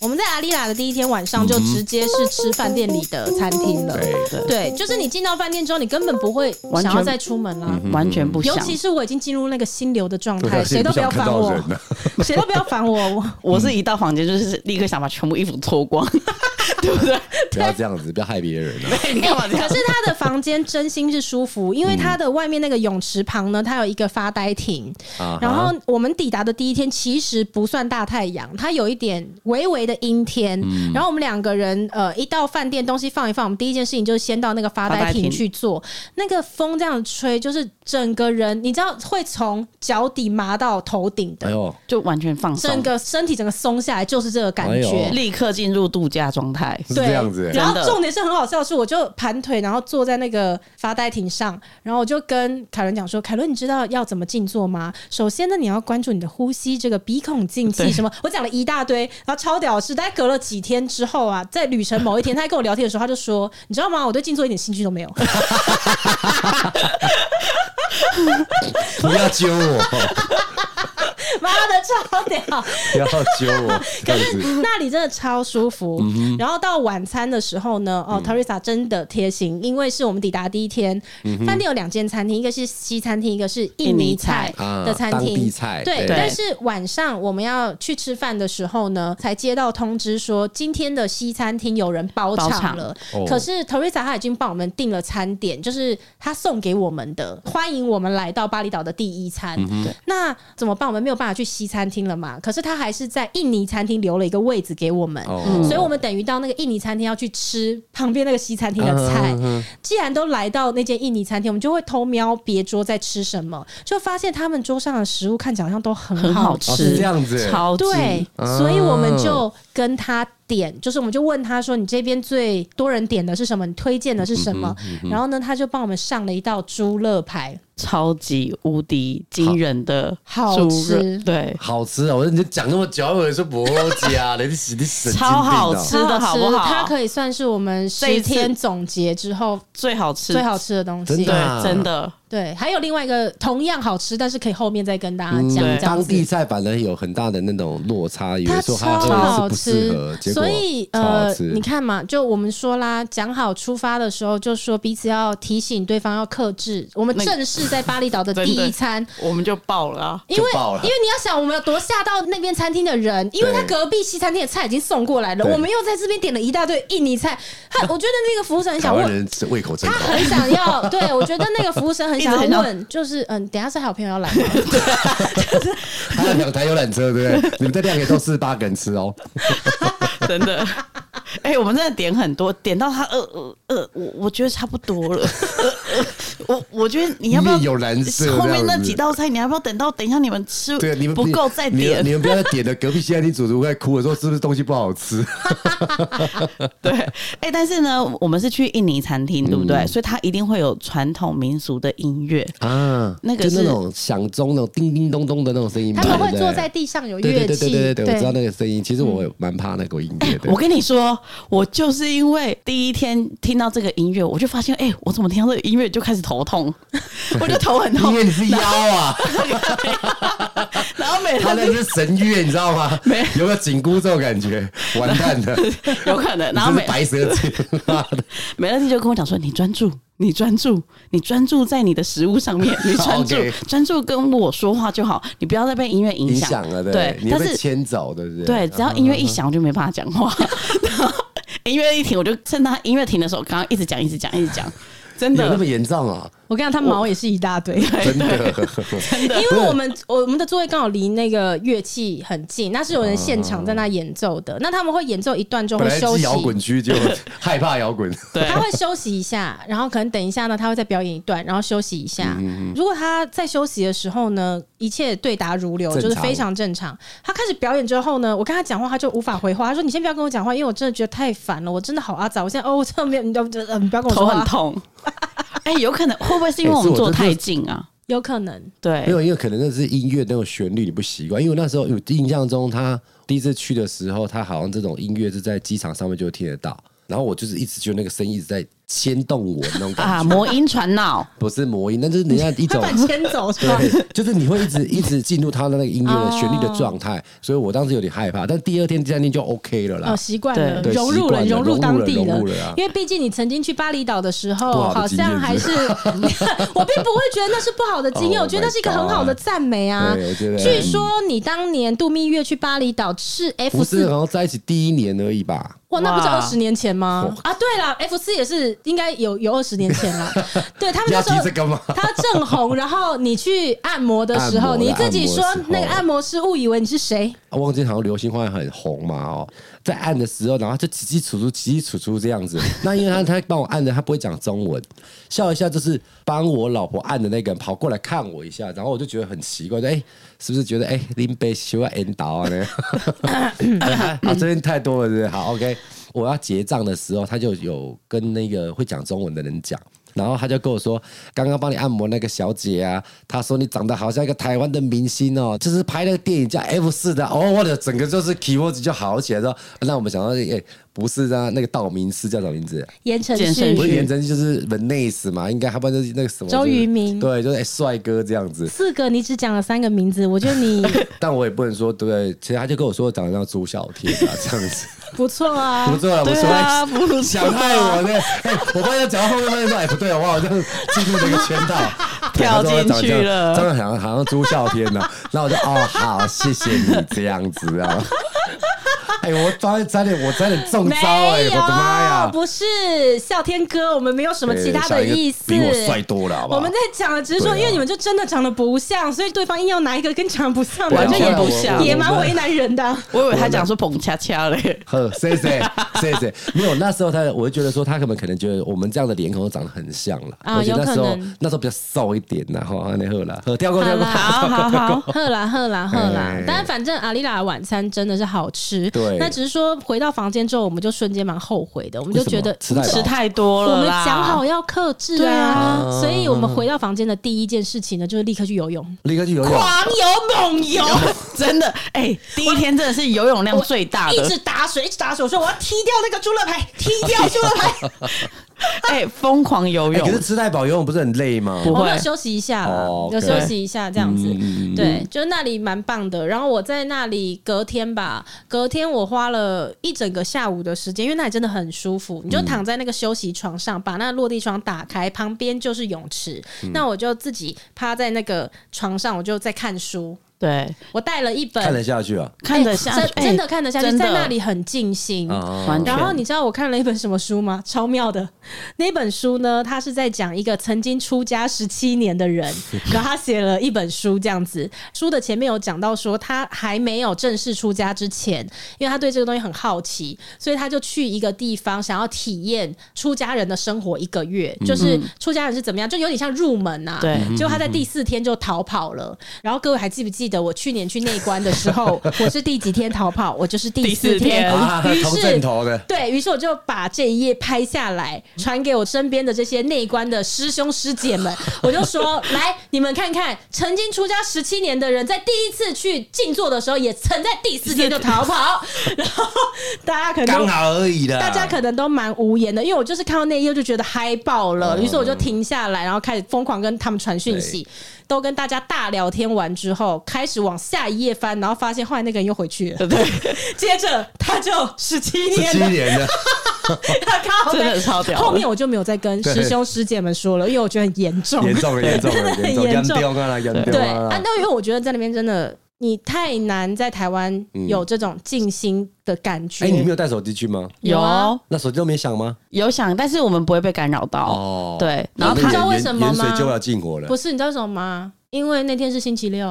我们在阿丽拉的第一天晚上就直接是吃饭店里的餐厅哎了。嗯对，对，就是你进到饭店之后，你根本不会完全想要再出门啦。完全不想尤。其是我已经进入那个心流的状态，嗯对嗯啊谁都不要不想烦看到我人啊了，谁都不要烦我。我我是一到房间就是立刻想把全部衣服脱 光，对不对？不要这样子，不要害别人 啊！你干嘛这可样？是他的房间真心是舒服，因为他的外面那个泳池旁呢，它有一个发呆亭。啊哈然后我们抵达的第一天其实不算大太阳，它有一点微微的阴天。嗯然后我们两个人呃一到饭店，东西放一放，我们第一件事情就是先到那个发发呆呆亭亭去坐。那个风这样吹，就是整个人你知道会从脚底麻到头顶的， 哎呦，就完全放松整，个身体整个松下来，就是这个感哎呦觉。立刻进入度假状态。是对，这样子欸，然后真的重点是很好笑的是，我就盘腿，然后坐在那个发呆亭上，然后我就跟凯伦讲说：“凯伦，你知道要怎么静坐吗？首先呢，你要关注你的呼吸，这个鼻孔进气对什么。”我讲了一大堆，然后超屌的是，大概隔了几天之后啊，在旅程某一天，他在跟我聊天的时候，他就说：“你知道吗？我对静坐一点兴趣都没有。 不要揪我，”妈的，超屌！不要揪我，这样子。嗯那里真的超舒服。然后到晚餐的时候呢，哦、t e r e s a 真的贴心，因为是我们抵达第一天，饭店有两间餐厅，一个是西餐厅，一个是印尼菜嗯印尼菜啊的餐当厅。地菜对，对但是晚上我们要去吃饭的时候呢，才接到通知说今天的西餐厅有人包包场场了。哦可是 Teresa 她已经帮我们订了餐点，就是她送给我们的，欢迎我们来到巴厘岛的第一餐。嗯那怎么办？我们没有办法去西餐厅了嘛？可是她还是在印尼餐厅留了一个位置给我们，哦所以我们等于到那个印尼餐厅要去吃旁边那个西餐厅的嗯菜。既然都来到那间印尼餐厅，我们就会偷瞄别桌在吃什么，就发现他们桌上的食物看起来好像都很很好好吃。哦是这样子欸，超级对，啊所以我们就跟他点，就是我们就问他说：“你这边最多人点的是什么？你推荐的是什嗯么？”然后呢，他就帮我们上了一道猪肋排，超级无敌惊人的好猪吃肉对，好吃啊！我说你讲那么久，我说不假的，你是你神经病超好啊吃的好不好它可以算是我们十天总结之后最好吃，最好吃的东真西的。啊对，真的对，还有另外一个同样好吃，但是可以后面再跟大家讲。对这样嗯当子。地菜反而有很大的那种落差，有它的时超候还好有是不适吃合，，结果所以超好呃，吃你看嘛，就我们说啦，讲好出发的时候就说彼此要提醒对方要克制。我们那正式在巴厘岛的第 真的一餐，我们就爆 了啊！因为就爆了因为你要想，我们有多吓到那边餐厅的人，因为他隔壁西餐厅的菜已经送过来了，对我们又在这边点了一大堆印尼菜。 他，我觉得那个服务生很台想湾问。人吃胃口真他好， 很想要，对我觉得那个服务生很想 一直很要想问，就是嗯，等一下是还有朋友要来吗？他有两台游览车，对不对？你们这量也都是八个人吃哦，真的。哎、我们真的点很多，点到他呃呃呃，我我觉得差不多了。呃呃、我我觉得你要不要面有蓝色后面这那样子几道菜，你要不要等到等一下你们 吃对，啊你们不够再你们点你？们不要再点了。隔壁西餐厅主厨在哭，我说是不是东西不好吃？ 对，哎、但是呢，我们是去印尼餐厅，对不嗯对？所以它一定会有传统民俗的音乐。 啊，那个就是那种响钟那种叮叮咚咚的那种声音嘛，他们对会不对坐在地上有对乐对对器，对对对，我知道那个声音。其实我也蛮怕那个音乐的我。跟你说，我就是因为第一天听到这个音乐，我就发现，哎、我怎么听到这个音乐就开始头痛， 我就头很因痛为。你是妖啊，然后每他那天是神乐，你知道吗？有没有紧箍咒感觉？完蛋了，有可能，你 然后这每是白蛇精， 妈的，美乐蒂就跟我讲说：“你专注，你专注，你专注在你的食物上面，你专 注哦 OK，专注跟我说话就好，你不要再被音乐影影响响了，对不对对，，你但被是牵走，对不对？对，只嗯要音乐一响，我就没办法讲 话。然后音乐一停，我就趁他音乐停的时候，刚刚一直讲，一直讲，一直 讲，真有那的么。严重啊？我跟你讲，他毛也是一大堆。真的， 因为我们我们的座位刚好离那个乐器很近，那是有人现场在那演奏的。那他们会演奏一段就哦本会来休是息，摇滚区，就害怕摇滚。对，他会休息一下，然后可能等一下呢，他会再表演一段，然后休息一下。嗯如果他在休息的时候呢，一切对答如流，正就是常非常正常。他开始表演之后呢，我跟他讲话，他就无法回话。他说：“你先不要跟我讲话，因为我真的觉得太烦了，我真的好阿杂，我现在哦，我真的没有，你都呃你不要跟我头说很话。痛。 哎，有可能会不会是因为哎我是们我坐这太近啊？”有可能对没，有，因为可能那是音乐那种旋律你不习惯。因为我那时候有印象中，他第一次去的时候，他好像这种音乐是在机场上面就听得到。然后我就是一直觉得那个声音一直在牵动我那种感 啊，觉，魔音传脑，不是魔音，那就是人家一他 种把你牵走是吧？对，就是你会一直一直进入他的那个音乐的旋律的哦状态，所以我当时有点害怕，但第二天、第三天就 OK 了啦哦，。习惯了，对融入习惯了，了融入当地融入了融入了啊因为毕竟你曾经去巴厘岛的时不候，好的好经验像还 是 我并不会觉得那是不好的经验， Oh 我觉得那是一个很好的 my God 赞美啊哦对我觉。得嗯据说你当年度蜜月去巴厘岛是 F 不是，四，好像在一起第一年而已吧？哇，那不是哇二十年前吗？啊，对了，F 四也是应该有有二十年前 了。对他们那要时提候这个吗？ 他正红，然后你去按摩的时候，按摩你自己说按摩的时候那个按摩师误以为你是谁？啊忘记好像流星花园很红嘛，哦，在按的时候，然后就起起楚楚，起起楚楚这样子。 那因为他他帮我按的，他不会讲中文，笑一下就是帮我老婆按的那个人跑过来看我一下，然后我就觉得很奇怪，就哎、是不是觉得哎林北喜欢 N 导啊呢？ 啊，这边太多了，是不是？好，OK，我要结账的时候，他就有跟那个会讲中文的人讲。然后他就跟我说，刚刚帮你按摩那个小姐啊，她说你长得好像一个台湾的明星哦，就是拍那个电影叫 F 四的哦，我的整个就是 keyword 就好起来说，那我们想到哎、不是啊，那个道明寺叫什么名字？言承健身旭不是区颜真就是文内斯嘛，应该他不然就是那个什么周渝民就是对，就是哎帅、哥这样子。四个，你只讲了三个名字，我觉得你但我也不能说对不对，其实他就跟我说我长得像朱孝天啊这样 子。不错啊不。错了，我对说 啊，不错啊想害我呢、哎，我发现讲到后面发现说，哎，不对，我好像进入这个圈 套，跳哎进去了真的好像好像朱孝天呢、然后我就哦，好，谢谢你这样子啊。哎，我发现差点，我差点中招哎、没我的有，妈啊呀！不是笑天哥，我们没有什么其他的意思。哎比我帅多了，好不我好？们在讲的只是说，对啊因为你们就真的长得不像，所以对方硬要拿一个跟长得不像的，对啊我觉得也完全不像也蛮为难人的。 啊我以为他讲说捧恰恰嘞，呵，谢谢谢谢，没有那时候他，我就觉得说他可能可能觉得我们这样的脸孔都长得很像了，啊而且有那可时候能那时候比较瘦一点然后安尼好啦，呵跳过跳好过，啦 好好好， 喝啦喝啦喝啦哎！但反正阿丽拉的晚餐真的是好吃，对那只是说回到房间之后，我们就瞬间蛮后悔的，我们就为什觉么得吃太饱 吃太多我了们啦。讲好要克制对啊啊，所以我们回到房间的第一件事情呢，就是立刻去游泳，立刻去游泳。狂游猛游。 真的，哎、第一天真的是游泳量最大一的，直打水，一直打水。我说我要踢掉那个猪肋排，踢掉猪肋排。哎、疯狂游哎泳可，是吃太饱游泳不是很累吗？不我们会要，休息一下啦哦，要 OK 休息一下这样子嗯。对，就那里蛮棒的。然后我在那里隔天吧，隔天我花了一整个下午的时间，因为那里真的很舒服。你就躺在那个休息床上，把那落地窗打开，旁边就是泳池。那我就自己趴在那个床上，我就在看书。对，我带了一看本得，下去啊？看得下哎去，真真的看得下去，真的在那里很尽兴。啊完，然后全你知道我看了一本什么书吗？ 超妙的，那本书呢，它是在讲一个曾经出家十七年的 人，然后他写了一本书这样子。书的前面有讲到说，他还没有正式出家之前，因为他对这个东西很好奇，所以他就去一个地方，想要体验出家人的生活一个月，就是出家人是怎么样，就有点像入门呐、啊。嗯对结果他在第四天就逃跑了。然后各位还记不记得我去年去内关的时 候，我是第几天逃跑？我就是第第四四天天。啊于，呃是头正头的。对于是，我就把这一页拍下来，传给我身边的这些内观的师兄师姐 们，我就说：来，你们看看，曾经出家十七年的人，在第一次去静坐的时候，也曾在第四天就逃 跑，然后大家可能刚都。好而已的，大家可能都蛮无言的，因为我就是看到那一页就觉得嗨爆了，于是我就停下来，然后开始疯狂跟他们传讯息，都跟大家大聊天完之后，开始往下一页翻，然后发现后来那个人又回 去了，对，接着他就十七十年七了，年的， 靠背真的超屌的后面我就没有再跟对师兄师姐们说了，因为我觉得很严重。严重了，严重了，严重，严重严重啊啦，严对重啊啊啦，！那因为我觉得在那边真的你太难在台湾有这种静心的感觉。嗯哎，你没有带手机去吗？有啊有那手机都没响吗？有想，但是我们不会被干扰到，哦对，然然后后他你知道为什么吗盐水就要进火了不。是，你知道为什么吗？因为那天是星期 六，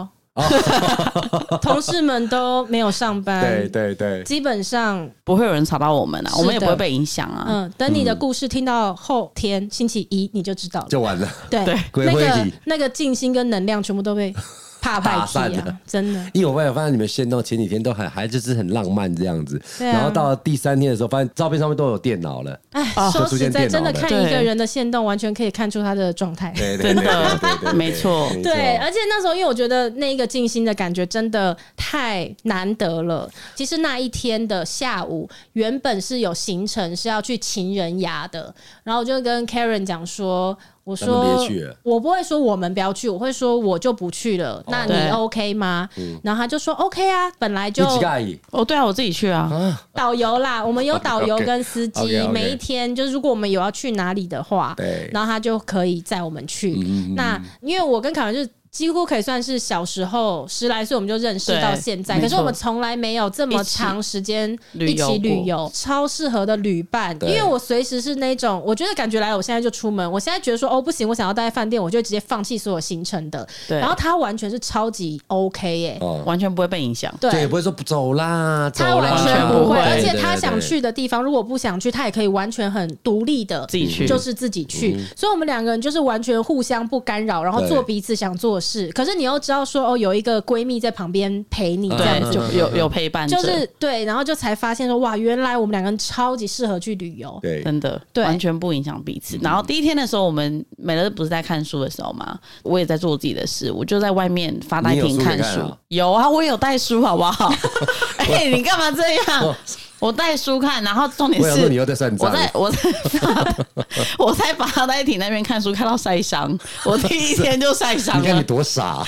同事们都没有上班对，对对，基本上，不会有人吵到我们啊是，的我们也不会被影响啊，嗯，等你的故事听到后天星期一，你就知道了。嗯就完了。对对那归个归体 那个静心跟能量全部都被怕打派散系的啊，真的。因为我发现，我发现你们现动前几天都很还就是很浪漫这样子，对啊然后到了第三天的时候，发现照片上面都有电脑了。哎，啊就说实出现在，电真脑的了看一个对人的线动，完全可以看出他的状态。对真的没错对，而且那时候因为我觉得那一个静心的感觉真的太难得了。其实那一天的下午原本是有行程是要去情人崖的，然后我就跟 Karen 讲说。我咱们说别去了，哦我不会说我们不要去，我会说我就不去了。那你对 OK 吗？然后他就说 OK 啊，本来就嗯一起尬椅哦，对啊，我自己去啊，啊，导游啦，我们有导游 OK，OK，跟司机 OK，OK 每一天就是如果我们有要去哪里的话，对然后他就可以载我们嗯去。那因为我跟凯文就是。几乎可以算是小时候十来岁我们就认识对到现在，没可错是我们从来没有这么一起长时间旅一游起旅过游，超适合的旅伴。因对为我随时是那种，我觉得感觉来了，我现在就出门。我现在觉得说哦不行，我想要待在饭店，我就会直接放弃所有行程的。对然后他完全是超级 OK 耶、哦，完全不会被影响。对，对，也不会说不走啦，走他啦，完全不不会，会而且对他对想对去的地方，如果不想去，他也可以完全很独立的自己去就是自己去。所以我们两个人就是完全互相不干扰，然后嗯对做彼此想做的事。可是你又知道说，哦，有一个闺蜜在旁边陪嗯你这样对，嗯子。就有有陪伴者，就是对，然后就才发现说，哇，原来我们两个人超级适合去旅游。对，嗯真的对完全不影响彼此。然后第一天的时候，我们美乐不是在看书的时候嘛，我也在做我自己的事，我就在外面发呆你有亭书可以看看书啊。有啊，我有带书，好 不好？哎、你干嘛这样？我带书看，然后重点我想是说你又在算我账，在我在 我在发呆亭那边看书，看到晒伤，我第一天就晒伤你看你了，多傻，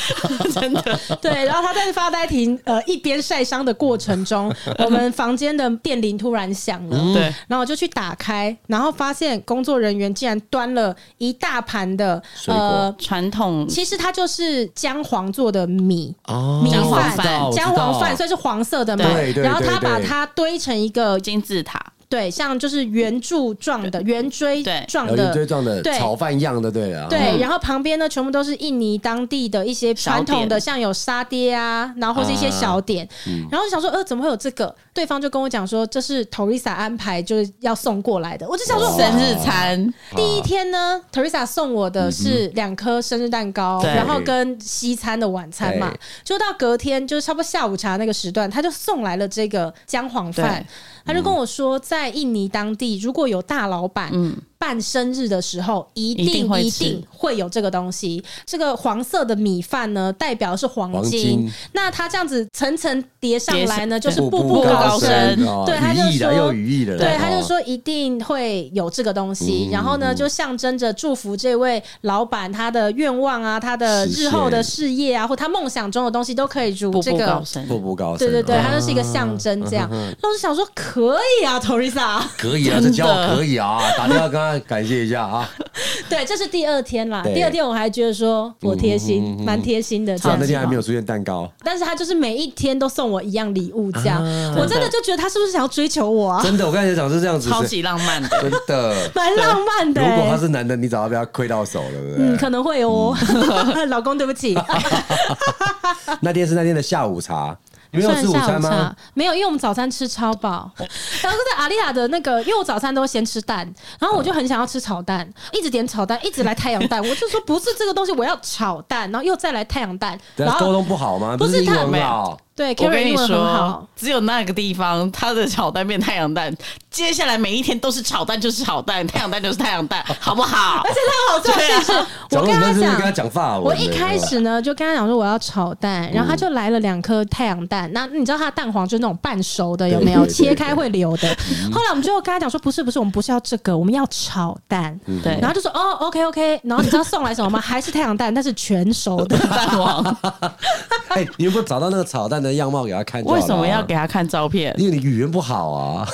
真的。对，然后他在发呆亭呃一边晒伤的过程 中，我们房间的电铃突然响了，嗯对，然后我就去打开，然后发现工作人员竟然端了一大盘的水果呃，传统其实它就是姜黄做的米。哦米姜黄饭、饭姜黄饭，所以是黄色的嘛对。对然后他对对把它堆成一个，金字塔，对，像就是圆柱状的、圆锥对状然后的追，撞的对炒饭一样的，对啊了，对。然后旁边呢，全部都是印尼当地的一些传统的，小点像有沙爹啊，然后或是一些小点。然后想说，呃，怎么会有这个？对方就跟我讲说，这是 Teresa 安排，就是要送过来的。我就想说，生日餐，第一天呢，Teresa 送我的是两颗生日蛋糕，对然后跟西餐的晚餐嘛对。就到隔天，就是差不多下午茶那个时段，他就送来了这个姜黄饭对。他就跟我说，在印尼当地如果有大老板，办生日的时候，一定一定会一吃定会有这个东西。这个黄色的米饭呢，代表是黄金。黄金那它这样子层层叠上叠来呢，上就是步步高高升。哦对，他就语义说的又有语义的，对，哦嗯他就说一定会有这个东西，然后呢，就象征着祝福这位老板他的愿望啊，他的实日现后的事业啊，或他梦想中的东西都可以如步这步个高。升，步步高升，对对对，哦它就是一个象征，这嗯样。那我就想说，可以啊，Teresa。可以啊，这真的家伙可以 啊，打电话跟他感谢一下啊。 对，这是第二天啦。对嗯第二天我还觉得说我贴心，蛮贴心的这他样那子天还吧没。有出现蛋糕，但是他就是每一天都送我一样礼物，这样啊我真的就觉得他是不是想要追求我啊？真的，我刚才讲是这样子，超是级浪漫 的。真 的。蛮浪漫的如欸。果他是男的，你早要被他亏到手了，对不嗯，对？可能会 哦， 老公，对不起。那天是那天的下午茶，你们有算吃午下餐午吗？茶没有，因为我们早餐吃超 饱。然后在阿丽亚的那个，因为我早餐都先吃蛋，然后我就很想要吃炒蛋，一直点炒蛋，一直来太 阳蛋。我就说不是这个东西，我要炒蛋，然后又再来太阳蛋，等然下沟后通不好吗？不不是是英文他好，对我跟 Karen 英你文很好 说。，只有那个地方，它的炒蛋变太阳蛋，接下来每一天都是炒蛋，就是炒蛋，太阳蛋就是太阳蛋，好不好？而且他好笑，是不是？我跟讲了他你跟他讲。讲法文我的，一开始呢，就跟他讲说我要炒蛋，然后嗯他就来了两颗太阳蛋。那你知道他的蛋黄就是那种半熟的，有没有？对对对切开会流的。后来我们就跟他讲说，不是不是，我们不是要这个，我们要炒蛋。嗯对然后就说哦，OK OK。然后你知道送来什 么吗？还是太阳蛋，但是全熟的。哦蛋王，对不对，哎，你有没有找到那个炒蛋的样貌给他看？为什么要给？他看照片？啊因为你语言不好啊，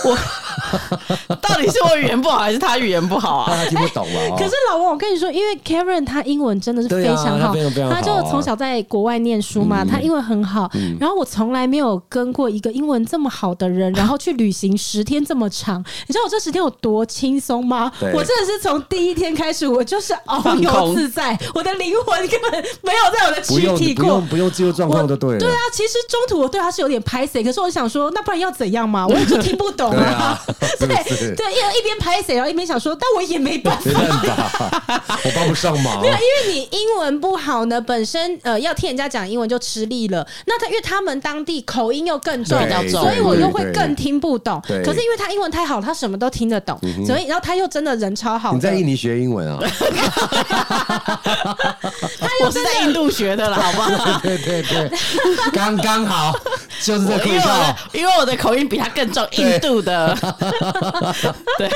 到底是我语言不好，还是他语言不好啊？他听不懂 了。可是老王，我跟你说，因为 Karen 她英文真的是非常对啊好，她非常非常好啊嗯她就从小在国外念书嘛，她英文很好。然后我从来没有跟过一个英文这么好的 人，然后去旅行十天这么长，你知道我这十天有多轻松吗？对我真的是从第一天开始，我就是遨放游空自在，我的灵魂根本没有在我的不躯用体不过用。不用进入状况就对了。啊对啊，其实中途我对他是有点拍谁，可是我想说，那不然要怎样嘛？我也就听不懂对啊， 是不对是？对，一一边拍谁，然后一边想说，但我也没办法。没办法， 我帮不上忙没。有，因为你英文不好呢，本身呃要听人家讲英文就吃力了。那他因为他们当地口音又更重对比较，重所以我又会更听不懂。对对嗯可是因为他英文太好，他什么都听得懂，所以然后他又真的人超好你在印的。尼学英文啊？ 我是在印度学的啦，好不好？对对对，刚刚好，就是我这因为路我上的。因为我的口音比他更重，印 度的，对，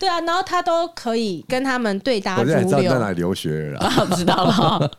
对啊，然后他都可以跟他们对答我如现在知道你在流。哪里留学了啦。我知道了哦。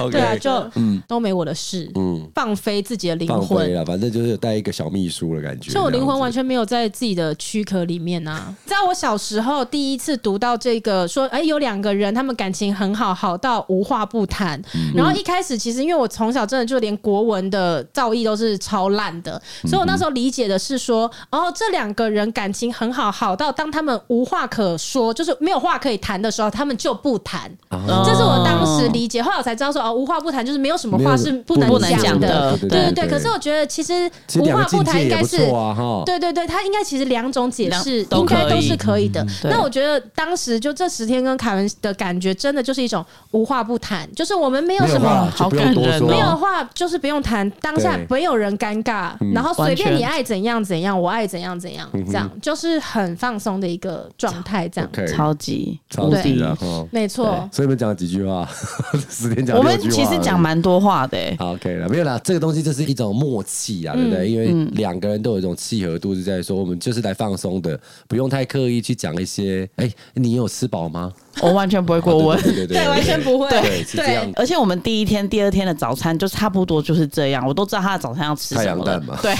OK 嗯对啊，就都没我的事。放飞自己的灵放飞魂。了，反正就是有带一个小秘书的感觉。所以我灵魂这样完子全没有在自己的躯壳里面啊。 在我小时候第一次读到这个，说哎、有两个人他们感情很好，好到无话不谈。嗯然后一开始其实因为我从小真的就连国文的造诣都是超烂的，嗯所以我那时候理解的是说，哦，这两个人感情很好，好到当他们无话可说，就是没有话可以谈的时候，他们就不谈。啊这是我当时理解，后来我才知道说，哦，无话不谈就是没有什么哦没有话是不不能能讲讲的的。对对对对对，可是我觉得其实其实无两个话不境谈界应也该不是。错啊，哈。对对对，他应该其实两种解释两都应该可都以是可以嗯的。对那我觉得当时就这十天跟凯文的感觉，真的就是一种无话不谈，就是我们没有没有什么话就不用好感多人说，哦没有话就是不用谈，当下对嗯没有人尴尬，然后随完便全你爱怎样怎样，我爱怎样怎样，这样就是很放松的一个状态，这样。 OK，超级超级的哈。没错，所以你们讲了几句话？ 十天讲六我们句话其实讲蛮多话的、欸，好 OK 了，没有啦，这个东西就是一种默契嗯啊，对不对？因为两个人都有一种契合度，是在说我们就是来放松的，不用太刻意去讲一些。哎，你有吃饱吗？我完全不会过我 问。对对对对，会对，是这样。而且我们第一天、第二天的早餐就差不多就是这样，我都知道他的早餐要吃什么太了阳蛋嘛。 对，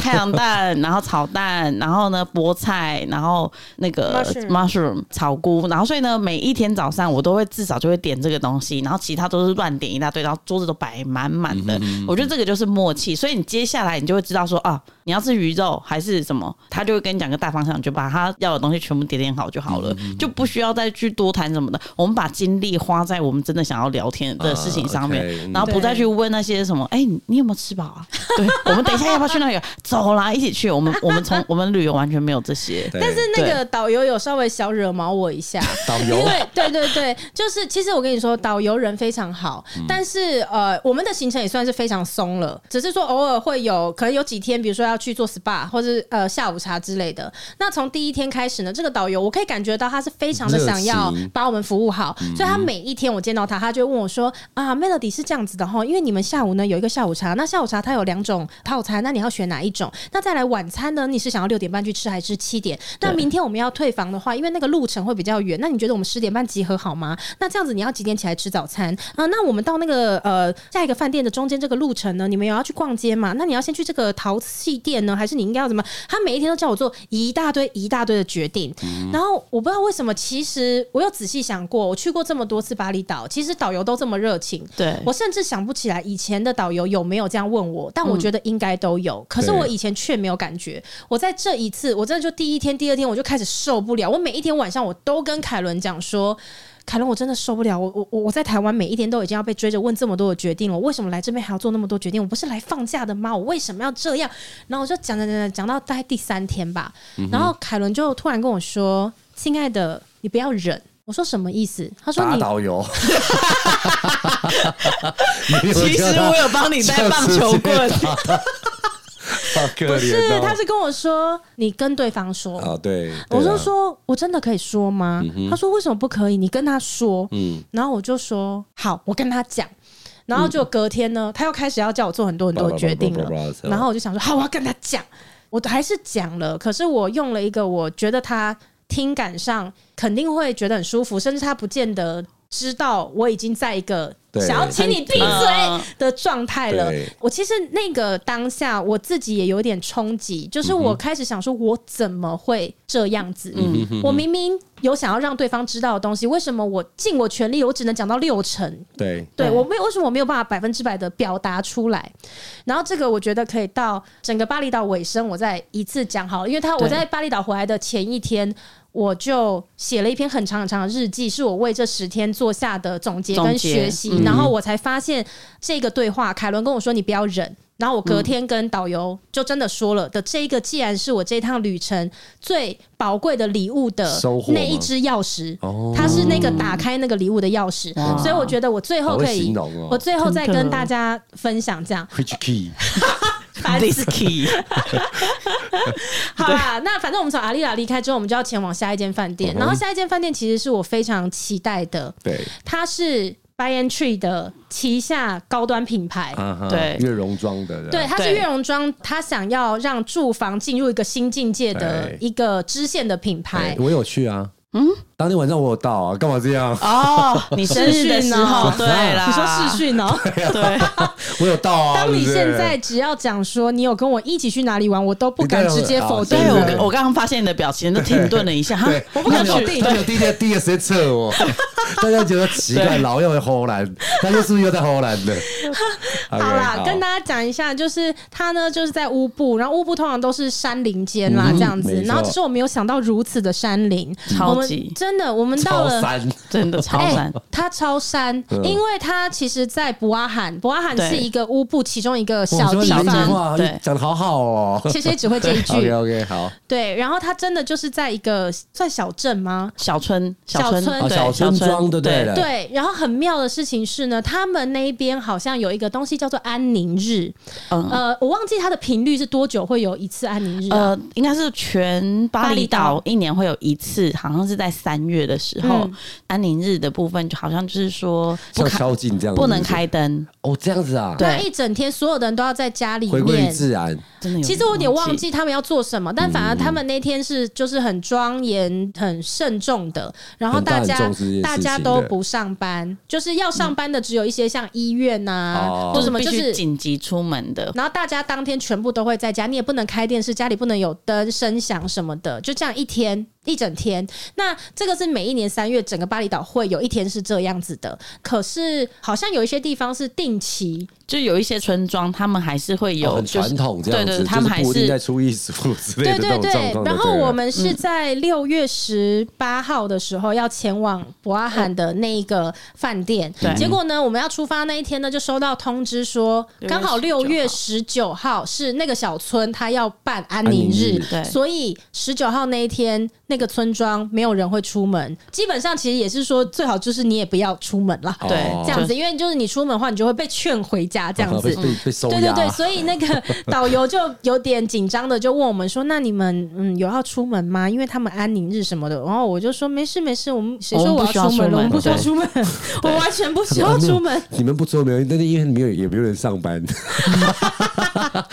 太阳蛋，然后炒蛋，然后呢菠菜，然后那个 Mushroom mushroom 草菇，然后所以呢每一天早上我都会至少就会点这个东西，然后其他都是乱点一大堆，然后桌子都摆满满嗯的。我觉得这个就是默契，所以你接下来你就会知道说啊，你要吃鱼肉还是什么，他就会跟你讲个大方向，你就把他要的东西全部点点好就好了，嗯就不需要再去多谈什么的。我们把精力花在我们真的想要聊天的事情上面，啊，OK，嗯然后不再去问那些什么，哎、你你有没有吃饱啊？ 对我们等一下要不要去那个？走啦，一起去。我们我们从我们旅游完全没有这些。哎对但是那个导游有稍微小惹毛我一下，导因游为对对对，就是其实我跟你说，导游人非常好，但是呃，我们的行程也算是非常松了，只是说偶尔会有，可能有几天，比如说要去做 SPA 或是呃下午茶之类的。那从第一天开始呢，这个导游我可以感觉到他是非常的热想要情嗯把我们服务好，所以他每一天我见到他，他就会问我说啊，Melody 是这样子的哈，因为你们下午呢有一个下午茶，那下午茶它有两种套餐，那你要选哪一种？那再来晚餐呢，你是想要六点半去吃还是七点？那明天我们要退房的话，因为那个路程会比较远，那你觉得我们十点半集合好吗？那这样子你要几点起来吃早餐啊？那我们到那个呃下一个饭店的中间这个路程呢，你们有要去逛街嘛？那你要先去这个陶器店呢，还是你应该要怎么？他每一天都叫我做一大堆一大堆的决定，然后我不知道为什么，其实我有仔细想过，我去过这么多次巴厘岛，其实导游都这么热情，对，我甚至想不起来以前的导游有没有这样问我，但我觉得应该都有。可是我以前却没有感觉。我在这一次，我真的就第一天、第二天我就开始受不了。我每一天晚上我都跟凯伦讲说。凯伦，我真的受不了！我我我我在台湾每一天都已经要被追着问这么多的决定了，我为什么来这边还要做那么多决定？我不是来放假的吗？我为什么要这样？然后我就讲讲讲讲讲到大概第三天吧，然后凯伦就突然跟我说：“亲爱的，你不要忍。”我说什么意思？他说打你 导游。其实我有帮你带棒球 棍，好可不是怜，他哦。是跟我说你跟对方说。啊，对，对啊我就，说，我真的可以说吗？他说为什么不可以？你跟他说。嗯，然后我就说好，我跟他讲。然后就隔天呢，他又开始要叫我做很多很多的决定叭叭叭叭叭了叭。叭然后我就想说，好，我要跟他讲。我还是讲了，可是我用了一个我觉得他听感上肯定会觉得很舒服，甚至他不见得知道我已经在一个对想要请你闭嗯嘴的状态了对。我其实那个当下我自己也有点冲击，就是我开始想说，我怎么会这样子？我明明有想要让对方知道的东西，为什么我尽我全力，我只能讲到六成？对，对对我没有为什么我没有办法百分之百的表达出来，然后这个我觉得可以到整个巴厘岛尾声，我再一次讲好了，因为他对我在巴厘岛回来的前一天。我就写了一篇很长很长的日记，是我为这十天做下的总结总跟结学习，然后我才发现这个对话，凯伦跟我说你不要忍，然后我隔天跟导游就真的说了的，这一个既然是我这一趟旅程最宝贵的礼物的收获那吗一只钥匙哦，它是那个打开那个礼物的钥匙，哇所以我觉得我最后可好会以形容哦，我最后再真的跟大家分享 这样。 Which key？ This key，好啦，那反正我们从阿丽拉离开之后，我们就要前往下一间饭嗯店，然后下一间饭店其实是我非常期待的， 对，它是 By and Tree 的旗下高端品牌。啊哈对月容妆的，哎对，它是对月容妆，它想要让住房进入一个新境界的对一个支线的品牌哎，。我有去啊，嗯，当天晚上我有到啊，干嘛这 样？哦，你生日的时候，视对啦，你说视讯 哦？对，我有到啊，当你对不对现在只要讲说你有跟我一起去哪里玩，我都不敢你当然直接否定对啊了。我我刚刚发现你的表情都停顿了一啊下，哈对，，我不敢那否你有定，那你有第 一天第一个时间测我，大家觉得奇怪，对老又在荷兰，大家是不是又在荷兰 的？好好啦，跟大家讲一下，就是它呢，就是在乌布，然后乌布通常都是山林间啦，嗯这样子。没错然后只是我没有想到如此的山林，超我们级真的，我们到超了三，真的超哎，赞，它超山，嗯因为它其实，在博阿罕，博阿罕对是一个乌布其中一个哇小地你说你这句方。话对讲的好好哦。 谢谢，只会这一 OK 句。 OK，好，对，然后它真的就是在一个算小镇吗？小春，小春春，哦对，小村庄对不对对了对，然后很妙的事情是呢，他们那一边好像有一个东西叫做安宁日，嗯。呃，我忘记它的频率是多久会有一次安宁日、啊。呃，应该是全巴厘巴厘岛岛一年会有一次，好像是在三月的时候，嗯安宁日的部分，就好像就是说不像开宵禁这样，不能开灯，哦，这样子啊，那对一整天所有的人都要在家里回归于面。自然，真的有。其实我有点忘，记他们要做什么，但反嗯而他们那天是就是很庄严、很慎重的，然后很大大很家重视这件事情大家都不上班，就是要上班的只有一些像医院呐哦或什么，必就须是紧急出门的，然后大家当天全部都会在家，你也不能开电视，家里不能有灯、声响什么的，就这样一天一整天。那这个是每一年三月整个巴厘岛会有一天是这样子的，可是好像有一些地方是定期，就有一些村庄，他们还是会哦有很就是传统这样对子，对，他就们是还不一定在是初一十五之对类的对这种状对况。。然后对了嗯我们是在六月十八号的时候要前往博阿罕的那一个饭店，对结果呢，我们要出发那一天呢，就收到通知说， 6月刚好六19月十九号是那个小村他要办安安宁宁日日，对所以十九号那一天，那个村庄没有人会出门。基本上，其实也是说，最好就是你也不要出门啦，对哦这样子，因为就是你出门的话，你就会被劝回家这样子 被。被被收对对押对，所以那 个导游就有点紧张的，就问我们说：“那你们嗯有要出门吗？因为他们安宁日什么的。”然后我就说：“没事没事，我们谁说我我要们不需要出门了？出门我们不需要对出门，我完全不需啊要没有出门。”你们不出门，但是因为没有也没有人上班，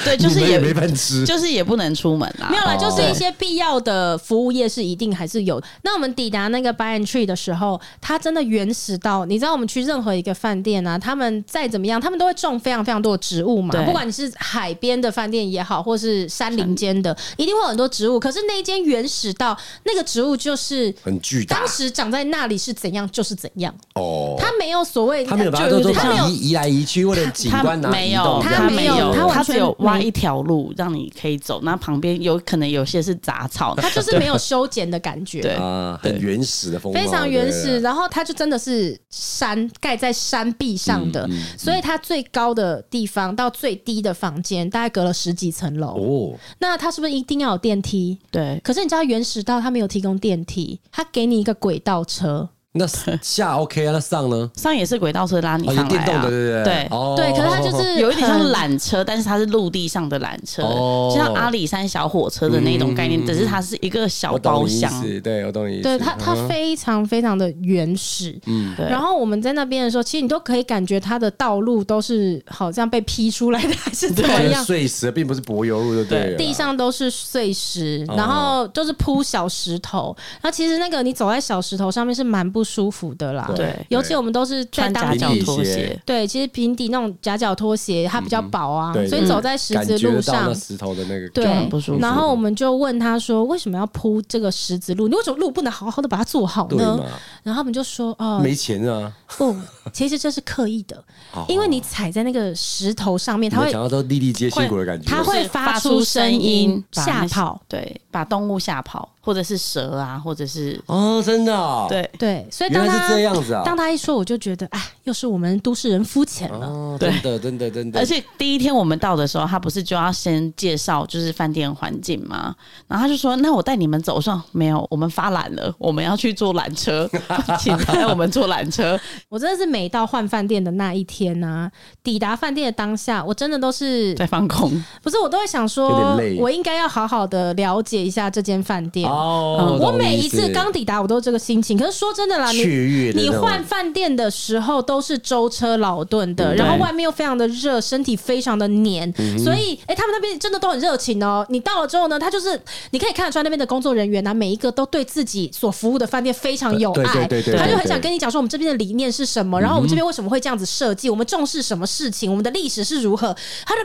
对，就是你们也没饭吃，就是也不能出门啊没。有啦，哦就是一些必要的服务业是一定还是有。那我们抵达那个 Buy and Tree 的时候，它真的原始到，你知道我们去任何一个饭店啊，他们再怎么样，他们都会种非常非常多的植物嘛，对不管你是海边的饭店也好，或是山林间的，一定会有很多植物。可是那一间原始到，那个植物就是很巨大当时长在那里是怎样就是怎样，哦。它没有所谓，他们有把它就都有都点像移移来移去，为了景他观拿没有，它他没没有啊它完他全只有挖没一条路让你可以走，那旁边有可能有些是杂 草，它就是没有修剪的感觉。对啊，很原始的风貌，非常原对啊始，不对。然后它就真的是山盖在山壁上的，所以它最高的地方到最低的房间大概隔了十几层楼。哦，那它是不是一定要有电梯？对，可是你知道原始道它没有提供电梯，它给你一个轨道车，那 下 OK 啊，那上呢？上也是轨道车拉你哦，有上电来动啊的，，对不对？对哦对，可是它 就是有一点像很缆车，但是它是陆地上的缆车，哦就像阿里山小火车的那种概念，嗯只是它是一个小我懂包你意厢，思，对我懂你意思。嗯对它，它非常非常的原始。嗯，对然后我们在那边的时候，其实你都可以感觉它的道路都是好像被劈出来的，还是怎么这样个？碎石并不是柏油路，对不对了？啊地上都是碎石，哦然后就是铺小石头。那其实那个你走在小石头上面是蛮不舒服的啦。对尤其我们都是在穿夹当脚平底鞋拖鞋，对，其实平底那种夹脚拖鞋它比较薄啊，对嗯所以走在石感子觉路得到上那。石头的那个对就很不舒，服然后我们就问他说：“为什么要铺这个石子路？你为什么路不能好好的把它做好对呢嘛？？”然后他们就说：“哦，没钱啊，不，其实这是刻意的，哦因为你踩在那个石头上面，你它们会讲到都粒粒皆辛苦的感觉，它会就是发出声音把吓那跑对，把动物吓跑，或者是蛇啊，或者是哦，真的、哦，，对对，所以原当来他是这样子啊、当他一说，我就觉得，哎，又是我们都市人肤浅了。哦，对真的，真的，真的，而且第一天我们到的时候，他不是就要先介绍就是饭店环境吗？然后他就说：“那我带你们走。”我说：“没有，我们发懒了，我们要去坐缆车， 请带我们坐缆车。我真的是每到换饭店的那一天啊，抵达饭店的当下，我真的都”是在放 空，不是我都会想有点说累，我应该要好好的了解一下这间饭店。哦，嗯我懂每你一意思次刚抵达，我都是这个心情。可是说真的啦，你雀跃的你那种换饭店的时候都是舟车劳顿的，嗯然后对外面又非常的热，身体非常的黏，嗯所以哎、诶他们那边真的都很热情哦。你到了之后呢，他就是你可以看得出来那边的工作人员啊，每一个都对自己所服务的饭店非常有对对爱，对对对他就很对嗯想跟你讲说我们这边的理念是什么，然后我们这边为什么会这样子设计，我们重视什么事情，我们的历史是如何，他就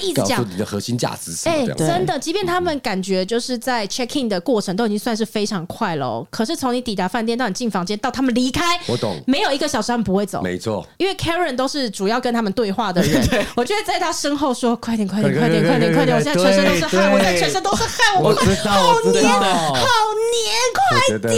一直告讲诉，你的核心价值是什么哎、这样子。嗯真的，即便他们感觉就是在 check in 的过程都已经算是非常快了哦，可是从你抵达饭店到你进房间到他们离开，我懂没有一个小时他们不会走。没错，因为 Karen 都是主要跟他们对话的人，我就会在他身后说：“快点，快点，快快点，点快点，快快点！点我现在全身都是对汗，我现在对全身都是汗，我快知道，我知道，好黏，我觉得，我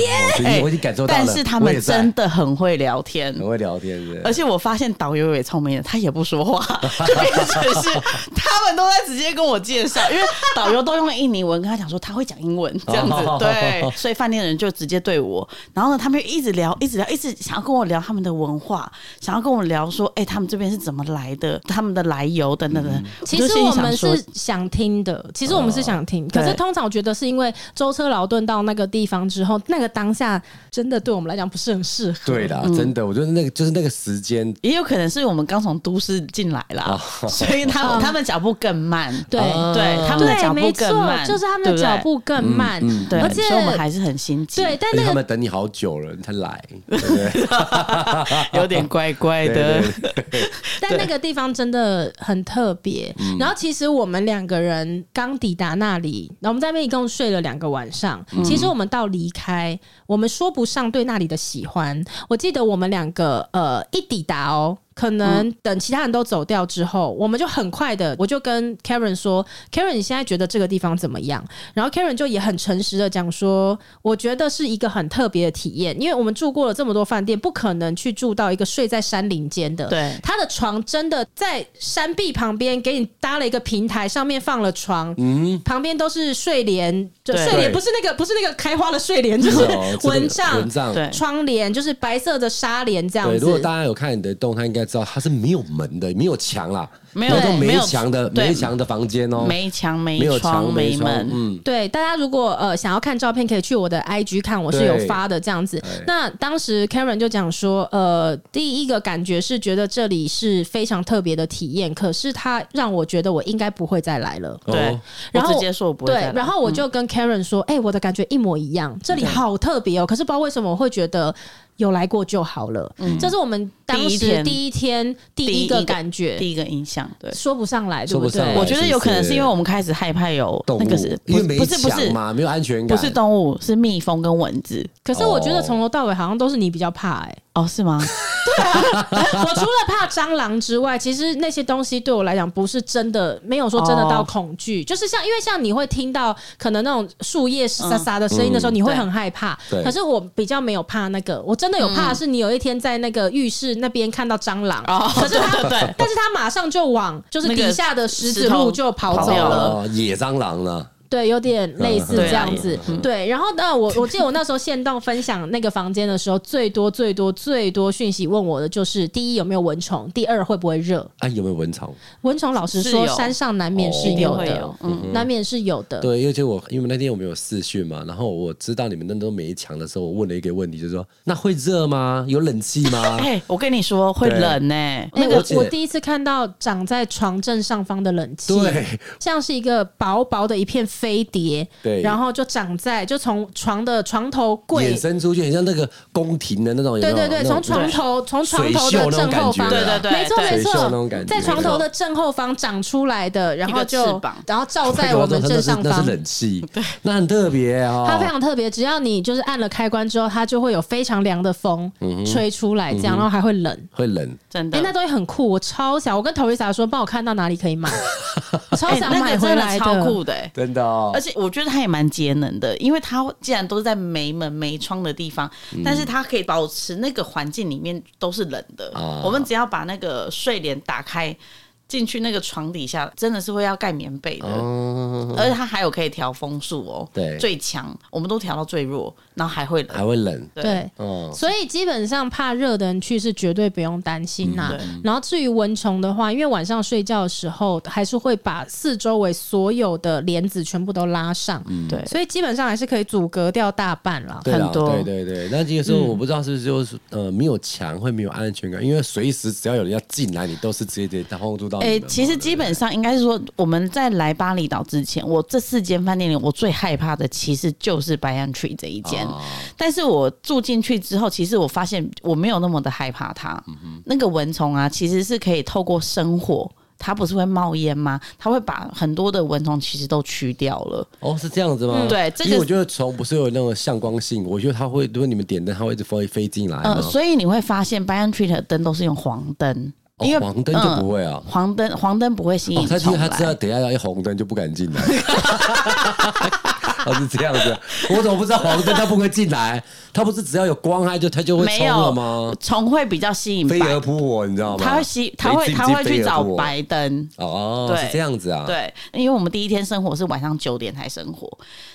已经我已经感受到了。哎但是他我们也在真的很会聊天。很会聊天是不是呃而且我发现导游也聪明的，他也不 说话，就变成是他们都在直接跟我介绍，因为导游都用印尼文跟他讲说他会讲英文这样子，哦对，所以饭店的人就直接对我，然后呢，他们就一直聊，一直聊，一直想要跟我聊他们的文化，想要跟我聊说，哎、他们这边是怎么来的，他们的来由等等等嗯等。其就实心里我想们说是想听的，其实我们是想听，可哦对是通常我觉得是因为舟车劳顿到那个地方之后，那个当下真的对我们来讲不是很适合。对啦，真的，我觉得那个就是那个时间也有可能是我们刚从都市进来啦，哦所以他们他们脚步更慢，对啊对，他们的对，脚步没更错，慢，就是他们的脚步更慢，嗯对不而对，且对，所以我们还是很心 急，对，但而且那他个们等你好久了，他 来，有点怪怪对的。但那个地方真的很特别。然后其实我们两个人刚抵达那里，然后我们在那边一共睡了两个晚上。其实我们到离开，我们说不上对那里的喜欢。我记得我们两个呃一抵达哦。可能等其他人都走掉之后，我们就很快的，我就跟 Karen 说：“Karen，你现在觉得这个地方怎么样？”然后 Karen 就也很诚实的讲说：“我觉得是一个很特别的体验，因为我们住过了这么多饭店，不可能去住到一个睡在山林间的。对他的床真的在山壁旁边给你搭了一个平台，上面放了床，旁边都是睡帘，就对睡帘嗯对不是那个不是那个开花的睡帘，就是哦这个蚊帐、蚊帐。对窗帘，就是白色的纱帘这样对，子。如果大家有看你的动态，应该知道它是没有门的，没有墙啦，没有那种没没有墙的，对没墙的房间哦，没墙没没有窗墙没窗门，嗯，对，大家如果呃想要看照片，可以去我的 IG 看，我是有发的这样子对对。那当时 Karen 就讲说，呃，第一个感觉是觉得这里是非常特别的体验，可是它让我觉得我应该不会再来了。对哦，然后我直接说我不会对再来，嗯然后我就跟 Karen 说，哎、我的感觉一模一样，这里好特别哦。可是不知道为什么我会觉得。有来过就好了，这是我们当嗯第一时天第一天第第一一个个感觉，第一个印象，对，说不上来，对说不对上？来我觉得有可能是因为我们开始害怕有动那物个是，，因为没不是不是墙嘛，没有安全不感，是动物，是蜜蜂跟蚊子，可是我觉得哦从头到尾好像都是你比较怕、哎，哦，是吗？我除了怕蟑螂之外，其实那些东西对我来讲不是真的，没有说真的哦到恐惧，就是像因为像你会听到可能那种树嗯叶沙沙的声音的时候，你会很害怕。对可是我比较没有怕那个，我真的有怕的是你有一天在那个浴室那边看到蟑螂，嗯哦，可是它对对但是它马上就往就是底下的石子路就跑走跑掉了了。哦，野蟑螂了，对，有点类似嗯这样对子。对，然后呢，我我记得我那时候线动分享那个房间的时候，最多最多最多讯息问我的就是：第一有没有蚊虫，第二会不会热。啊，有没有蚊虫？蚊虫老实是说，有山上难免是一定有会的有，难免是有的。对，而且我因为那天我们有试训嘛，然后我知道你们那都没墙的时候，我问了一个问题，就是说那会热吗？有冷气吗？ 哎，我跟你说会啊对冷欸呢，哎、那个我我第一次看到长在床正上方的冷气，对，像是一个薄薄的一片飞碟，对然后就长在就从床的床头柜衍，生出去很像那个宫廷的那种，有对没有对对，那从种床头从床头的水袖那正种后感方，觉，啊对对对没错没水袖那错种感，觉在床头的正后方长出来的，然后一个就翅膀然后照在我们正上方那是那是。冷气，那很特别哦。它非常特别，只要你就是按了开关之后，它就会有非常凉的风嗯吹出来，这样，然后还会冷。会冷，真哎、的那东西很酷，我 超想。我跟 Teresa 说，帮我看到哪里可以买，我超哎想那买个回真来的超酷的，哎真的哦而且我觉得它也蛮节能的，因为它既然都是在没门没窗的地方，嗯但是它可以保持那个环境里面都是冷的。啊我们只要把那个睡帘打开。进去那个床底下，真的是会要盖棉被的，哦，而且它还有可以调风速哦，对最强我们都调到最弱，然后还会冷还会冷，对对，嗯，所以基本上怕热的人去是绝对不用担心呐、嗯然后至于蚊虫的话，因为晚上睡觉的时候还是会把四周围所有的帘子全部都拉上，对，所以基本上还是可以阻隔掉大半了。嗯对啦很多嗯对对对。那这个时候我不知道是不是就是、呃没有墙会没有安全感，因为随时只要有人要进来，你都是直接直接轰住到你诶、们嘛。其实基本上应该是说，我们在来巴厘岛之前，我这四间饭店里，我最害怕的其实就是 Bayan Tree 这一间。哦但是我住进去之后，其实我发现我没有那么的害怕它。嗯那个蚊虫啊，其实是可以透过生火，它不是会冒烟吗？它会把很多的蚊虫其实都驱掉了。哦是这样子吗？嗯对这个因为我觉得虫不是有那种向光性，我觉得它会，如果你们点灯，它会一直飞飞进来嘛。呃，所以你会发现 Bayan Tree 的灯都是用黄灯，哦因为、黄灯就不会、会啊。黄灯黄灯不会吸哦引，他因虫为来。他知道等一下要一红灯就不敢进来， 哦他是这样子。我怎么不知道黄灯他不会进来？他不是只要有光害就他就会没冲了有吗？虫会比较吸引飞白蛾扑火，你知道吗？他会吸，他会飞他会去找。飞蛾白灯。扑火哦，对是这样子啊。对，因为我们第一天生活是晚上九点才生活，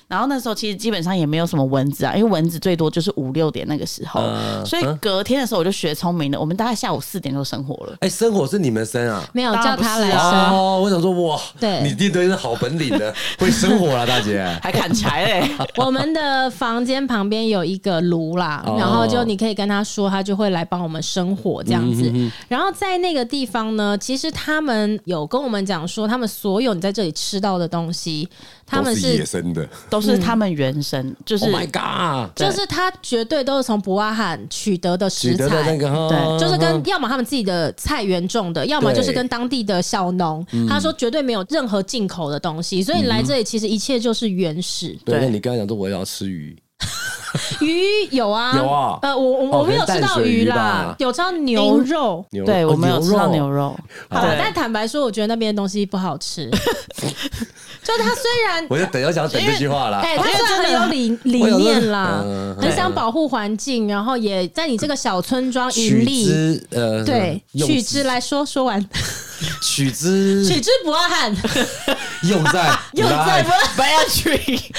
然后那时候其实基本上也没有什么蚊子啊，因为蚊子最多就是五六点那个时候，嗯所以隔天的时候我就学聪明了，我们大概下午四点就生活了。哎，生火是你们生啊？没有当叫然他来不是生，啊 哦，我想说哇，对你一堆是好本 领的，会生火啊了，大姐。还砍柴嘞、 我们的房间旁边有一个炉啦，哦然后就你可以跟他说，他就会来帮我们生火这样嗯子。然后在那个地方呢，其实他们有跟我们讲说，他们所有你在这里吃到的东西，他们都是是野。生的都是他们原生，就是、 ，Oh my god！对就是他绝对都是从博阿罕取得的取食得的那材，个哈，对就是跟要么他们自己的菜园种的，要么就是对嗯跟当地的小农。他说绝对没有任何进口的东西，所以你来这里其实一切就是原 始。对，对那你刚才讲说我要吃鱼，鱼有啊，有啊呃，我我哦我没有可能吃淡到水鱼鱼吧啦，有吃到牛肉。牛对哦我们有吃到牛肉，好了，对但坦白说，我觉得那边的东西不好 吃。就它虽然，我就等要想等这句话啦。哎、它虽然很有理理我有时候念啦嗯，很想保护环境，然后也在你这个小村庄取盈利。之呃，对，用取之来说说完， 取之取之不二汉。用在 用在来不 要去。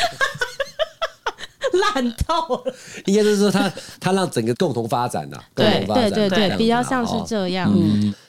烂透了。应该就是说他他让整个共同发展呐，共对同发展对对这样对，子比较像是哦这样。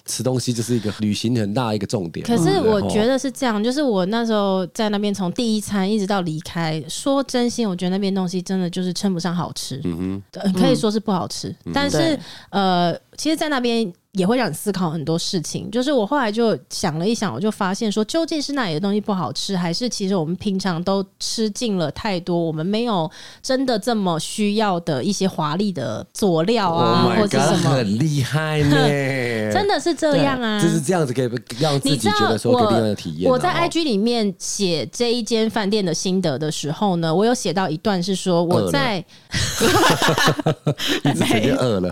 吃东西就是一个旅行很大的一个重点嘛。可是对不对我觉哦得是这样，就是我那时候在那边从第一餐一直到离开，说真心，我觉得那边东西真的就是称不上好吃，嗯哼，可以说是不好吃。但是对呃，其实，在那边也会让你思考很多事情。就是我后来就想了一想，我就发现说，究竟是哪里的东西不好吃，还是其实我们平常都吃尽了太多，我们没有真的这么需要的一些华丽的佐料 Oh 啊， my 或 God，是什么，很厉害呢， 真的是这样啊。就是这样子可以让自你己知道觉得说我给另外的体验啊。我在哦 IG 里面写这一间饭店的心得的时候呢，我有写到一段是说我在一直直接饿了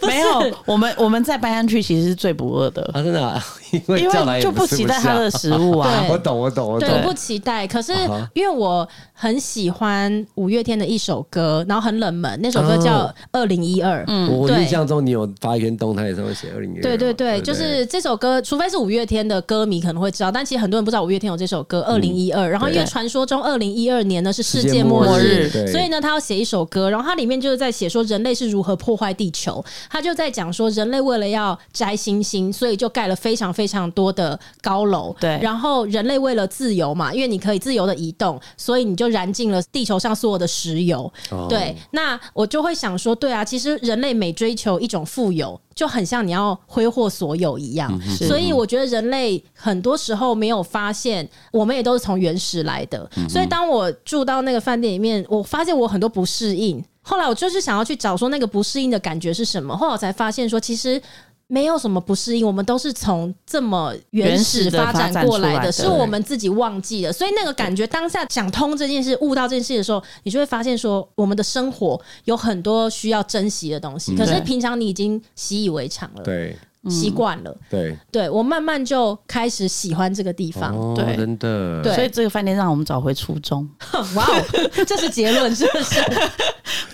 没有，我们我们在白安区其实是最不饿的， 啊，真的啊，因为因叫来为也就不吃期待它下 的食物啊。我懂，我懂，我对不懂。期待，可是啊哈因为我很喜欢五月天的一首歌，然后很冷门，那首歌叫《哦二零一二》。嗯，我对印象中你有发一篇动态，上面写二零一对对对，就是这首歌，除非是五月天的歌迷可能会知道，但其实很多人不知道五月天有这首歌《二零一二》。然后因为对传说中二零一二年呢是世世界界末末日日对，所以呢他要写一首歌，然后它里面就是在写说人类是如何破坏地球，他就在讲说人类为了要摘星星，所以就盖了非常非常多的高楼。对然后人类为了自由嘛，因为你可以自由的移动，所以你就燃尽了地球上所有的石油。哦对，那我就会想说，对啊，其实人类每追求一种富有，就很像你要挥霍所有一样。是所以我觉得人类很多时候没有发现，我们也都是从原始来的。所以当我住到那个饭店里面，我发现我很多不适应。后来我就是想要去找说那个不适应的感觉是什么，后来我才发现说，其实没有什么不适应，我们都是从这么原始发展过来原始的发展出来的的，是我们自己忘记了。所以那个感觉，当下想通这件事、悟到这件事的时候，你就会发现说，我们的生活有很多需要珍惜的东西，可是对平常你已经习以为常了。对，习惯了。对，对我慢慢就开始喜欢这个地方。哦对真的，对所以这个饭店让我们找回初衷。 哇哦，这是结论，是不是？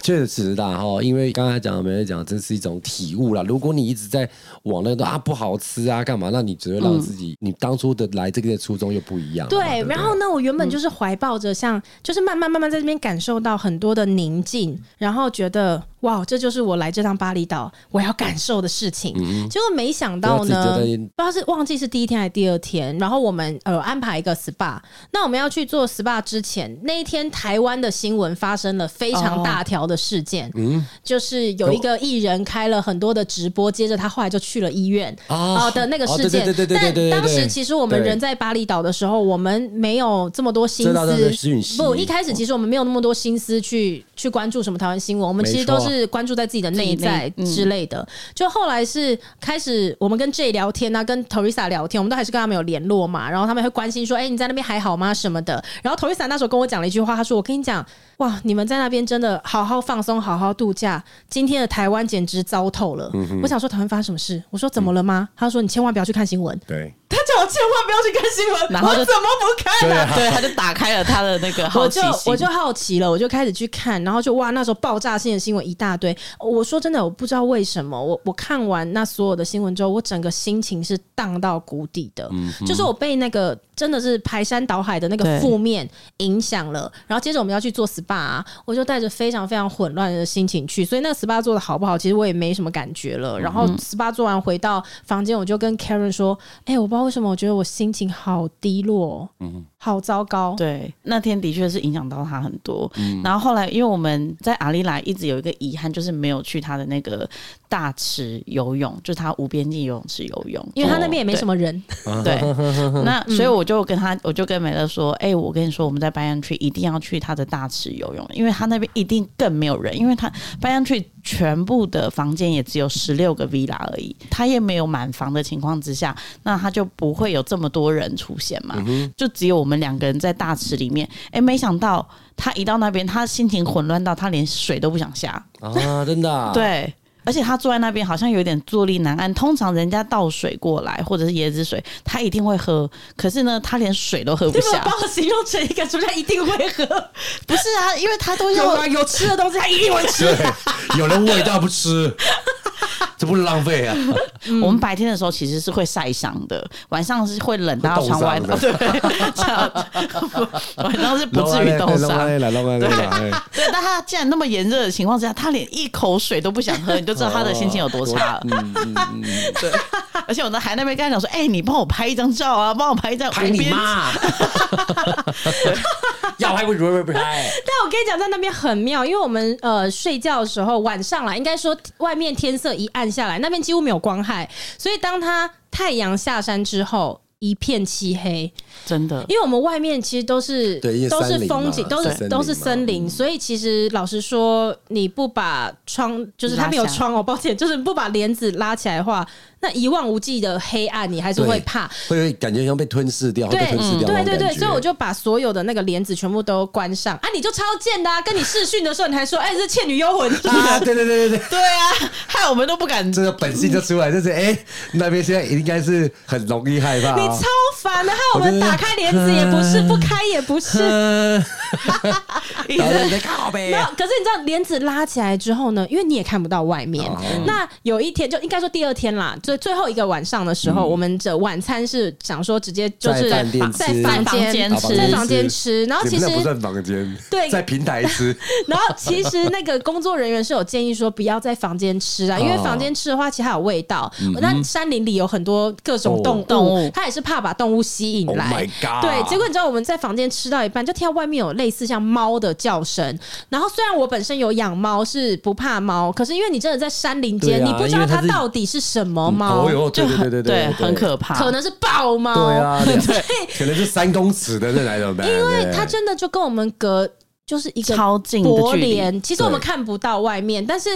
确实啦哈，因为刚才讲没人讲，这是一种体悟啦。如果你一直在往那个啊不好吃啊干嘛，那你只会让自己、你当初的来这个的初衷又不一样了嘛。嗯对，不嗯然后呢，我原本就是怀抱着像，就是慢慢慢慢在这边感受到很多的宁静，然后觉得哇，这就是我来这趟巴厘岛我要感受的事情。嗯结果没想到不要呢，自不己觉得知道是忘记是第一天还是第二天，然后我们呃安排一个 SPA，那我们要去做 SPA 之前，那一天台湾的新闻发生了非常大条的事件，嗯就是有一个艺人开了很多的直播，接着他后来就去了医院啊哦的那个哦事件，对对对对对对对但当时对其实我们对人在巴厘岛的时候，我们没有这么多心知道这个思。讯息不，一开始其实我们没有那么多心思去去关注什么台湾新闻，我们其实没错都是关注在自己的内在自己内嗯之类的。就后来是开始我们跟 J 聊天啊，跟 Teresa 聊天，我们都还是跟他们有联络嘛，然后他们会关心说：“哎、你在那边还好吗？”什么的。然后 Teresa 那时候跟我讲了一句话，他说：“我跟你讲，哇，你们在那边真的好好放松，好好度假。今天的台湾简直糟透了。我想说台湾发生什么事？我说怎么了吗？他说：“你千万不要去看新闻。”对他叫我千万不要去看新闻，然后就我怎么不看对呢、啊， 对，他就打开了他的那个好我奇就心。我就好奇了，我就开始去看，然后就哇，那时候爆炸性的新闻一大堆。我说真的，我不知道为什么，我我看完那所有的新闻之后，我整个心情是荡到谷底的，嗯就是我被那个真的是排山倒海的那个对负面影响了。然后接着我们要去做 SPA，、啊、我就带着非常非常混乱的心情去，所以那个 SPA 做的好不好，其实我也没什么感觉嗯了。然后 SPA 做完回到房间，我就跟 Karen 说：“哎、我不知道为什么，我觉得我心情好低落，嗯，好糟糕。”对，那天的确是影响到他很多。然后后来，因为我们在阿丽莱一直有一个遗憾，就是没有去他的那个大池游泳，就是他无边际游泳池游泳，因为他那边也没什么人，么。对，那所以我就跟他，我就跟美乐说，哎、我跟你说，我们在白洋区一定要去他的大池游泳，因为他那边一定更没有人，因为他白洋区全部的房间也只有十六个 villa 而已，他也没有满房的情况之下，那他就不会有这么多人出现嘛。就只有我们两个人在大池里面。哎、没想到他一到那边，他心情混乱到他连水都不想下。啊，真的、啊，对。而且他坐在那边好像有点坐立难安。通常人家倒水过来或者是椰子水，他一定会喝。可是呢，他连水都喝不对吧？下。把我形容成一个什么叫一定会喝，不是啊，因为他都有要啊有吃的东西他一定会吃。对，有人味道不吃，这不是浪费啊？我们白天的时候其实是会晒伤的，晚上是会冷到窗外的，冻对，这样晚上是不至于冻弄伤完。了，弄完了，弄完了对，但他既然那么炎热的情况之下，他连一口水都不想喝，你就知道他的心情有多差了。嗯嗯嗯嗯，对，而且我还那边跟他讲说：“哎、你帮我拍一张照啊，帮我拍一张拍无你边。妈！ 要拍不如不拍， 但我跟你讲，在那边很妙，因为我们呃睡觉的时候晚上啦，应该说外面天色一暗下来，那边几乎没有光害，所以当它太阳下山之后。一片漆黑，”真的，因为我们外面其实都是对因为都是山林嘛风景，都对森是林都是嘛嗯森林，所以其实老实说，你不把窗，就是拉它没有下窗哦，抱歉，就是不把帘子拉起来的话，那一望无际的黑暗，你还是会对怕。会感觉像被吞噬掉，被对，嗯吞噬掉那对种对对，感觉所以我就把所有的那个帘子全部都关上啊！你就超贱的、啊，跟你视讯的时候你还说，哎、这是倩女幽 魂，啊，对对对对对。对啊，害我们都不敢。这个本性就出来，就是哎、那边现在应该是很容易害怕、你哦超烦的，害我们打开帘子也不是，不开也不是。 嗯一然后直你在靠啊呗然，后，可是你知道帘子拉起来之后呢，因为你也看不到外面。哦那有一天，就应该说第二天啦，最最后一个晚上的时候，我们的晚餐是想说直接就是嗯在饭店在吃房在房间间吃在房间吃，然后你其们实那不算房间，对在平台 吃，然后其实那个工作人员是有建议说不要在房间吃 啊，因为哦房间吃的话其实还有味道。嗯那山林里有很多各种动哦动物物，他也是怕把动物吸引 Oh 来 my。god 对，结果你知道我们在房间吃到一半，就听到外面有类似像猫的叫声。然后虽然我本身有养猫，是不怕猫，可是因为你真的在山林间，对啊你不知道因为它它是到底是什么猫哦，哟，对就对很对对对，很可怕。可能是豹猫，对啊， 可能是三公尺的那来怎么办？因对它真的就跟我们隔就是一个超近的柏距离，联，其实我们对看不到外面，但是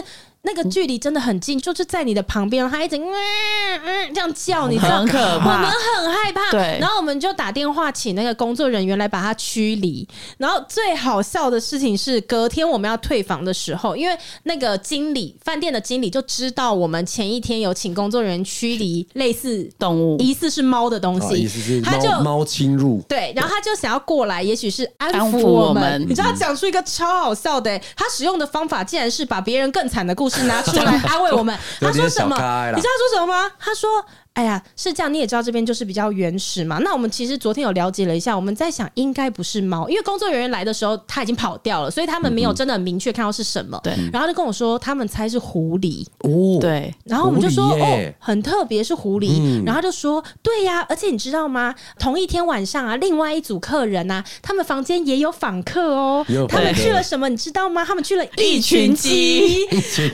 那个距离真的很嗯近，就是在你的旁边，他一直嗯嗯这样叫，你知道很可我们怕。很害怕，对然后我们就打电话请那个工作人员来把它驱离。然后最好笑的事情是，隔天我们要退房的时候，因为那个经理，饭店的经理就知道我们前一天有请工作人员驱离类似动物疑似是猫的东啊，西，意思是他就猫猫侵入，对，然后他就想要过来，也许是安安抚抚我我们。们你知道他讲出一个超好笑的欸、他使用的方法竟然是把别人更惨的故事拿出来安慰我们。有他说点什么小？咖啦你知道他说什么吗？他说。哎呀，是这样，你也知道这边就是比较原始嘛。那我们其实昨天有了解了一下，我们在想应该不是猫，因为工作人员来的时候他已经跑掉了，所以他们没有真的很明确看到是什么。对然后就跟我说他们猜是狐狸。哦，，对，然后我们就说狐狸耶嗯哦，很特别，是狐狸。然后他就说对呀、而且你知道吗？同一天晚上啊，另外一组客人啊，他们房间也有访客哦也有。他们访客去了什么？你知道吗？他们去了一群鸡。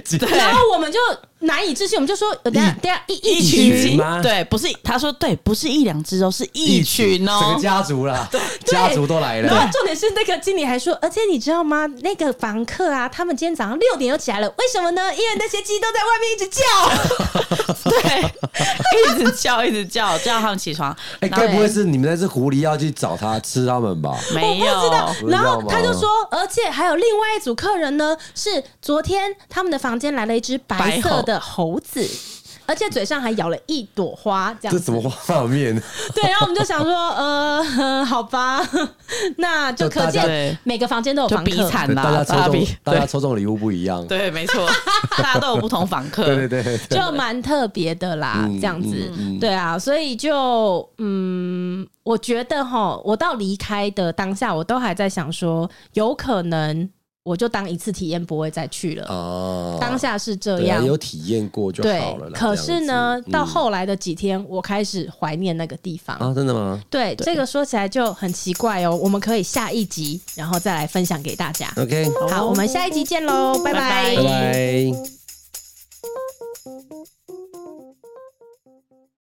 这这然后我们就难以置信，我们就说呃等一下等一下一一一群群鸡鸡吗对，不是他说对，不是一两只哦，是一群整哦个。家族啦，家族都来然后了，重点是那个经理还说，而且你知道吗？那个房客啊，他们今天早上六点就起来了，为什么呢？因为那些鸡都在外面一直叫。 对，一直叫，一直叫，叫他们起床。哎，然后该不会是你们那只狐狸要去找它吃它们吧？没我不知道有？知道然后吗他就说，而且还有另外一组客人呢，是昨天他们的房间来了一只白色的猴子。而且嘴上还咬了一朵花，这样这子什么画面？ 对，然后我们就想说，呃，呃好吧， 那就就大可家见每个房间都有就房比客，惨对 大啦，家抽中比，大家对抽中礼物不一样。对，没错，大家都有不同访客。 对对对，就蛮特别的啦，嗯这样子，对啊，所以就嗯，我觉得哈，我到离开的当下，我都还在想说，有可能我就当一次体验，不会再去了。哦，当下是这对啊样，有体验过就对好了啦。可是呢，这样到子嗯后来的几天，我开始怀念那个地方。嗯啊，真的吗对，这个说起来就很奇怪哦。我们可以下一集，然后再来分享给大家。 ？OK，好，我们下一集见喽，拜拜拜拜。